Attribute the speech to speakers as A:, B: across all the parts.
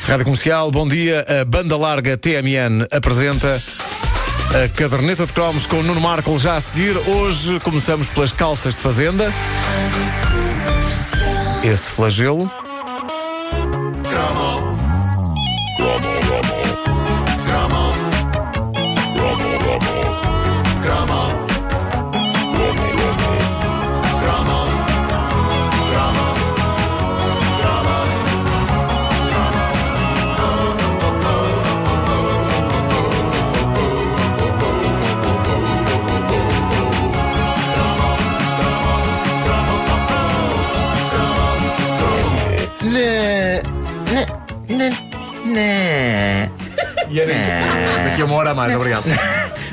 A: Rádio Comercial, bom dia. A banda larga TMN apresenta a caderneta de cromos com o Nuno Marco já a seguir. Hoje começamos pelas calças de fazenda. Esse flagelo.
B: Né, né, né, né.
A: E era Daqui a uma hora a mais, obrigado.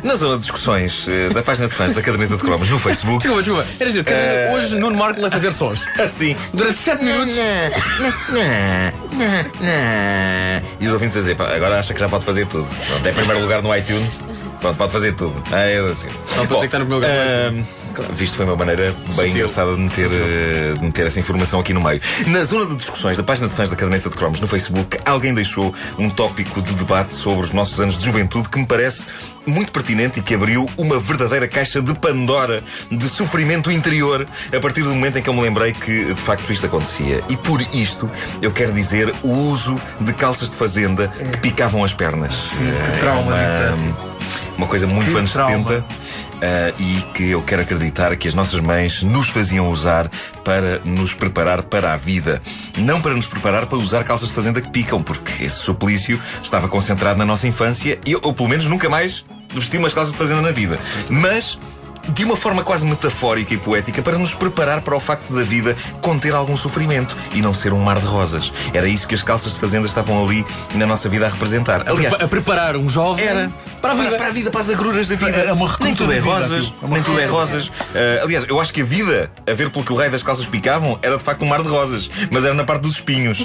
B: Na zona de discussões eh, da página de fãs da Caderneta de Cromos no Facebook, eh,
C: Desculpa, desculpa. Era giro. cadê- Hoje Nuno Marco vai fazer sons.
B: assim.
C: Durante 7 minutos.
B: né, né, né, né. E os ouvintes a dizer, "Pá, agora acha que já pode fazer tudo. Pronto, é primeiro lugar no iTunes, pronto, pode fazer tudo. Ah, eu-
C: pode
B: Bom,
C: dizer que está no primeiro lugar no
B: ah, claro, Visto foi uma maneira bem engraçada de meter, eh, de meter essa informação aqui no meio. Na zona de discussões da página de fãs da Caderneta de Cromos no Facebook, alguém deixou um tópico de debate sobre os nossos anos de juventude que me parece muito pertinente e que abriu uma verdadeira caixa de Pandora de sofrimento interior a partir do momento em que eu me lembrei que de facto isto acontecia. E por isto eu quero dizer o uso de calças de fazenda que picavam as pernas. Sim, que
A: trauma de infância.
B: Uma coisa muito
A: Que
B: anos
A: trauma.
B: 70 ah, e que eu quero acreditar que as nossas mães nos faziam usar para nos preparar para a vida. Não para nos preparar para usar calças de fazenda que picam, porque esse suplício estava concentrado na nossa infância e eu, eu, pelo menos, nunca mais vesti umas calças de fazenda na vida. Mas. De uma forma quase metafórica e poética, para nos preparar para o facto da vida conter algum sofrimento e não ser um mar de rosas. Era isso que as calças de fazenda estavam ali na nossa vida a representar. Aliás,
C: A preparar um jovem
B: era
C: para a vida.
B: Para, vida, para as agruras da vida.
A: É uma recruta
B: nem tudo é
A: da vida,
B: rosas.
A: aquilo. É uma
B: nem tudo é
A: recruta.
B: rosas. Ah, aliás, eu acho que a vida, a ver pelo que o raio das calças picavam, era de facto um mar de rosas. Mas era na parte dos espinhos.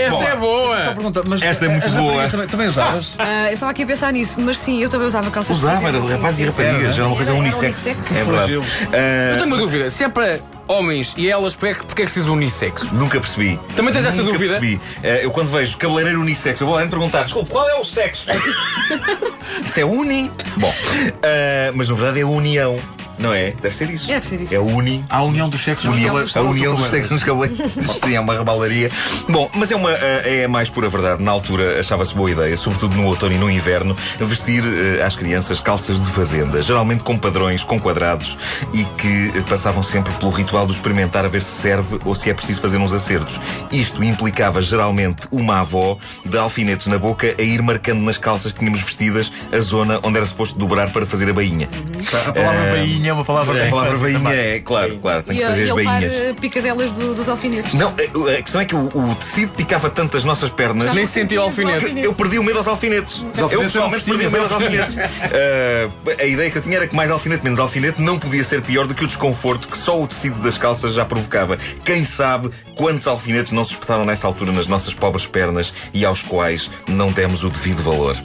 C: Essa é
A: Só
C: boa.
A: pergunta, mas
B: Esta é muito
A: as raparigas
B: boa.
A: Também, também usavas?
D: Ah, eu estava aqui a pensar nisso, mas sim, eu também usava calças de
B: Usava,
D: fazenda,
B: era
D: sim,
B: rapazes e
D: sim, sim.
B: raparigas. Era uma coisa
D: Era- era
B: unissex.
D: unissex.
B: É verdade.
A: Flagelo.
B: Ah,
C: Eu tenho uma dúvida. Se é para homens e elas, porque é que, porque é que se diz unissexo?
B: Nunca percebi.
C: Também tens essa
B: Nunca
C: dúvida?
B: Percebi. Eh, eu quando vejo cabeleireiro unissex, eu vou lá e perguntar: desculpa, qual é o sexo? isso é uni? Bom, eh, mas na verdade é união, não é? Deve ser isso.
D: Deve ser isso.
B: É uni.
A: A união dos sexos
B: União-
A: pelas-
B: a união
A: pelas-
B: dos sexos nos cabeleiros. Sim, é uma rebalaria. Bom, mas é uma eh, é a mais pura verdade. Na altura achava-se boa ideia, sobretudo no outono e no inverno, vestir eh, às crianças calças de fazenda, geralmente com padrões, com quadrados, e que eh, passavam sempre pelo ritual do experimentar a ver se serve ou se é preciso fazer uns acertos. Isto implicava geralmente uma avó de alfinetes na boca a ir marcando nas calças que tínhamos vestidas a zona onde era suposto dobrar para fazer a bainha.
A: A palavra bainha é uma palavra
B: A
A: da
B: palavra
A: infância
B: bainha
A: também.
B: é, claro, claro, tem
D: E
B: que
D: a-
B: fazer
D: e
B: as
D: a levar
B: bainhas.
D: eh, picadelas do- dos alfinetes.
B: Não, a, a questão é que o, o tecido picava tanto as nossas pernas.
C: Nem senti o alfinete.
B: Eu perdi o medo aos alfinetes.
A: alfinetes
B: eu pessoalmente
A: eram
B: perdi o medo aos
A: vestidos,
B: alfinetes. Ah, a ideia que eu tinha era que mais alfinete, menos alfinete, não podia ser pior do que o desconforto que só o tecido das calças já provocava. Quem sabe quantos alfinetes não se espetaram nessa altura nas nossas pobres pernas e aos quais não demos o devido valor.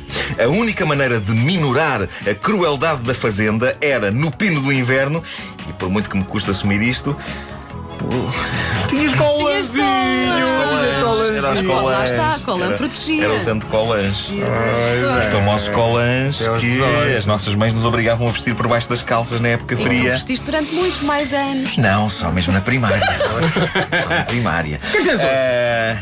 B: A única maneira de minorar a crueldade da fazenda era no pino do inverno, e por muito que me custa assumir isto,
A: Tinhas
D: Tinhas
A: colanzinho!
D: colas.
B: Era os
D: Sim.
B: colãs.
D: Lá está, colã
B: Era-
D: protegia.
B: Era usando colãs.
D: Pois
B: Os famosos colãs
A: É os
B: que
A: tesouros.
B: as nossas mães nos obrigavam a vestir por baixo das calças na época
D: E tu
B: fria.
D: vestiste durante muitos mais anos.
B: Não, só mesmo na primária. só na primária.
C: que tens hoje?
B: Eh,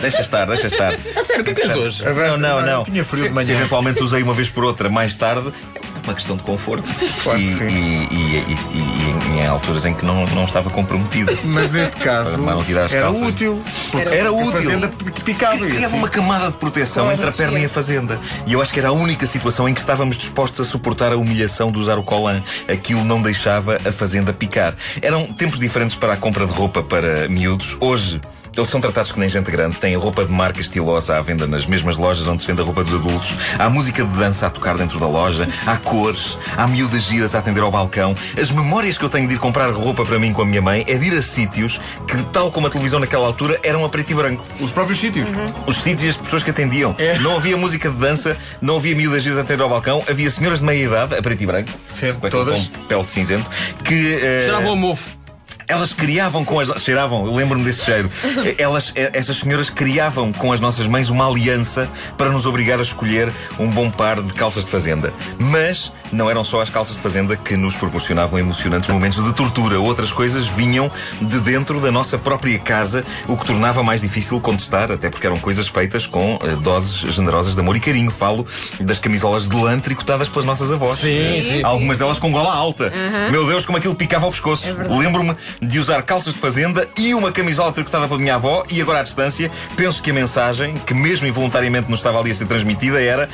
B: deixa estar, deixa estar.
C: A sério, o que é que tens hoje?
B: Não, não, não.
A: Tinha frio
B: se,
A: de manhã.
B: se eventualmente usei uma vez por outra mais tarde, é uma questão de conforto.
A: Claro que
B: e,
A: sim.
B: e- e- e- e- e em alturas em que não, não estava comprometido.
A: Mas neste caso
B: Para não tirar as
A: era
B: calças.
A: útil.
D: Era
A: a
B: útil.
A: fazenda p- picava
B: Criava
A: isso.
B: é uma camada de proteção entre a perna e a fazenda. E eu acho que era a única situação em que estávamos dispostos a suportar a humilhação de usar o colã. Aquilo não deixava a fazenda picar. Eram tempos diferentes para a compra de roupa para miúdos. Hoje. Eles são tratados que nem gente grande, têm roupa de marca estilosa à venda nas mesmas lojas onde se vende a roupa dos adultos, há música de dança a tocar dentro da loja, há cores, há miúdas giras a atender ao balcão. As memórias que eu tenho de ir comprar roupa para mim com a minha mãe é de ir a sítios que, tal como a televisão naquela altura, eram a preto e branco
A: Os próprios sítios.
B: os sítios e as pessoas que atendiam. Não havia música de dança, não havia miúdas vezes a atender ao balcão, havia senhoras de meia idade, a preto e branco,
A: Sempre,
B: com aquele
A: todas.
B: tom de pele de cinzento, que. eh,
C: Cheirava a É. mofo.
B: Elas criavam com as. Cheiravam, eu lembro-me desse cheiro. Elas, eh, essas senhoras criavam com as nossas mães uma aliança para nos obrigar a escolher um bom par de calças de fazenda. Mas não eram só as calças de fazenda que nos proporcionavam emocionantes momentos de tortura. Outras coisas vinham de dentro da nossa própria casa, o que tornava mais difícil contestar, até porque eram coisas feitas com eh, doses generosas de amor e carinho. Falo das camisolas de lã tricotadas pelas nossas avós.
C: Sim, sim, sim.
B: Algumas delas com gola alta. Meu Deus, como aquilo picava ao pescoço. Lembro-me de usar calças de fazenda e uma camisola tricotada pela minha avó, e agora à distância, penso que a mensagem, que mesmo involuntariamente nos estava ali a ser transmitida, era.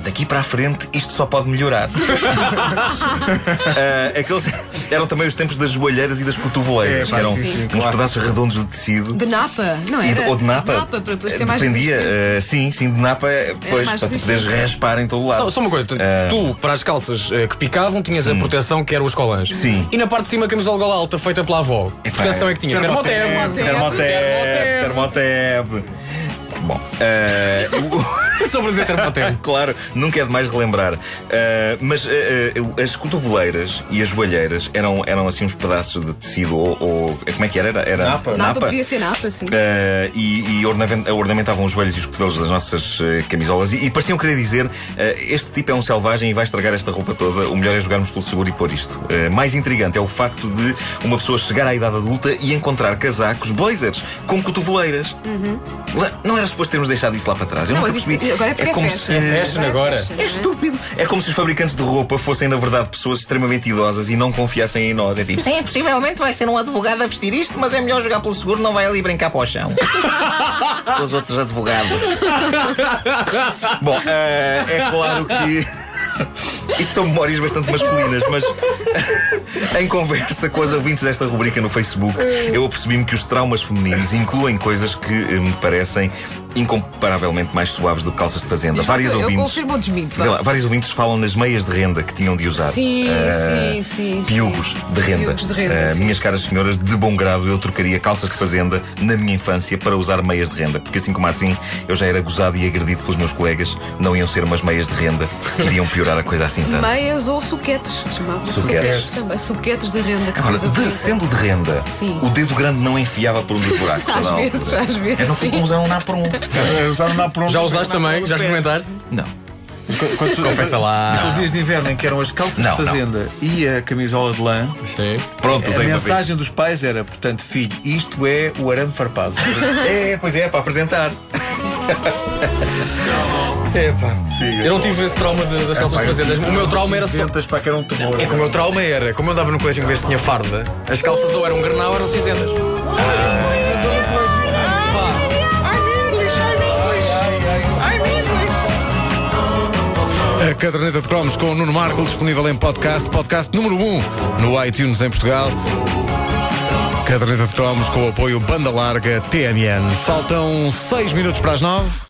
B: Daqui para a frente isto só pode melhorar. Ah, aqueles eram também os tempos das joalheiras e das cotoveleiras,
E: É,
B: que
E: pá,
B: eram
E: sim, sim.
B: uns pedaços redondos de tecido.
D: De Napa, não
B: E de-
D: era?
B: ou de napa?
D: para depois
B: Eh,
D: ser mais
B: Dependia,
D: resistente.
B: eh, sim, sim, de napa, eh, pois,
D: mais
B: para tu
D: resistente.
B: poderes raspar em todo o lado.
C: Só, só uma coisa, tu, tu, para as calças eh, que picavam, tinhas a proteção que eram os colãs.
B: Sim.
C: E na parte de cima, a camisola gola alta feita pela avó. Que
B: Epá,
C: proteção é que tinhas?
B: termotec,
C: Termotec.
B: Termoteb, Termoteb. Bom, eh, o-
C: Só para dizer termotec.
B: claro, nunca é demais relembrar. Eh, mas eh, eh, as cotoveleiras e as joalheiras eram, eram assim uns pedaços de tecido ou. ou- como é que era? Era, era napa.
D: Napa podia ser Napa, sim.
B: Eh, e e ornaven- ornamentavam os joelhos e os cotovelos das nossas eh, camisolas e, e pareciam querer dizer eh, este tipo é um selvagem e vai estragar esta roupa toda o melhor é jogarmos pelo seguro e pôr isto Eh, mais intrigante é o facto de uma pessoa chegar à idade adulta e encontrar casacos blazers com cotoveleiras Lá- não era suposto termos deixado isso lá para trás eu
D: Uhum. Não,
B: nunca
D: mas isso-
B: percebi
D: agora é porque é
B: como
D: fashion.
B: se
C: É fashion agora.
D: fashion,
B: é
D: não
B: estúpido. É como se os fabricantes de roupa fossem, na verdade, pessoas extremamente idosas e não confiassem em nós. É tipo, sim, possivelmente vai ser um advogado a vestir isto, mas é melhor jogar pelo seguro, não vai ali brincar para o chão. Com os outros advogados. Bom, eh, é claro que. Isto são memórias bastante masculinas, mas em conversa com os ouvintes desta rubrica no Facebook, eu apercebi-me que os traumas femininos incluem coisas que eh, me parecem incomparavelmente mais suaves do que calças de fazenda. Vários
D: eu
B: ouvintes.
D: confirmo ou desminto,
B: Vê
D: vá.
B: lá, vários ouvintes falam nas meias de renda que tinham de usar.
D: Sim,
B: Ah,
D: sim, sim, sim.
B: Piugos de renda.
D: Piugos de renda,
B: Ah,
D: sim.
B: minhas caras senhoras, de bom grado eu trocaria calças de fazenda na minha infância para usar meias de renda, porque assim como assim eu já era gozado e agredido pelos meus colegas, não iam ser umas meias de renda que iriam piorar a coisa assim tanto.
D: Meias ou suquetes. Chamavam-se
B: Suquetes.
D: também. Suquetes de renda. Que
B: Agora,
D: coisa
B: de,
D: bonita.
B: sendo de renda,
D: Sim.
B: o dedo grande não enfiava por um dos buracos.
D: Às
B: a dada
D: vezes,
B: altura.
D: às vezes,
B: Eu não sei
D: sim.
B: como usar um lá por um.
E: É, Usaram lá pronto.
C: Já usaste também? Já experimentaste?
B: Não.
E: Quando se-
C: Confessa lá.
E: Os dias de inverno em que eram as calças
B: Não,
E: de fazenda e a camisola de lã,
C: Sim.
B: Pronto,
E: a
B: usei uma vez.
E: mensagem dos pais era, portanto, filho, isto é o arame farpado.
B: É, pois é, para apresentar.
C: Eu não tive esse trauma de- das calças de fazendas. O meu trauma era só.
E: Cinzentas, pá, que era um terror.
C: É que o meu trauma era, como eu andava no colégio inglês e tinha farda, as calças ou eram granal ou eram cinzentas.
A: A caderneta de cromos com o Nuno Marco disponível em podcast, podcast número 1 no iTunes em Portugal. Caderneta de cromos com o apoio Banda Larga TMN. Faltam 6 minutos para as 9.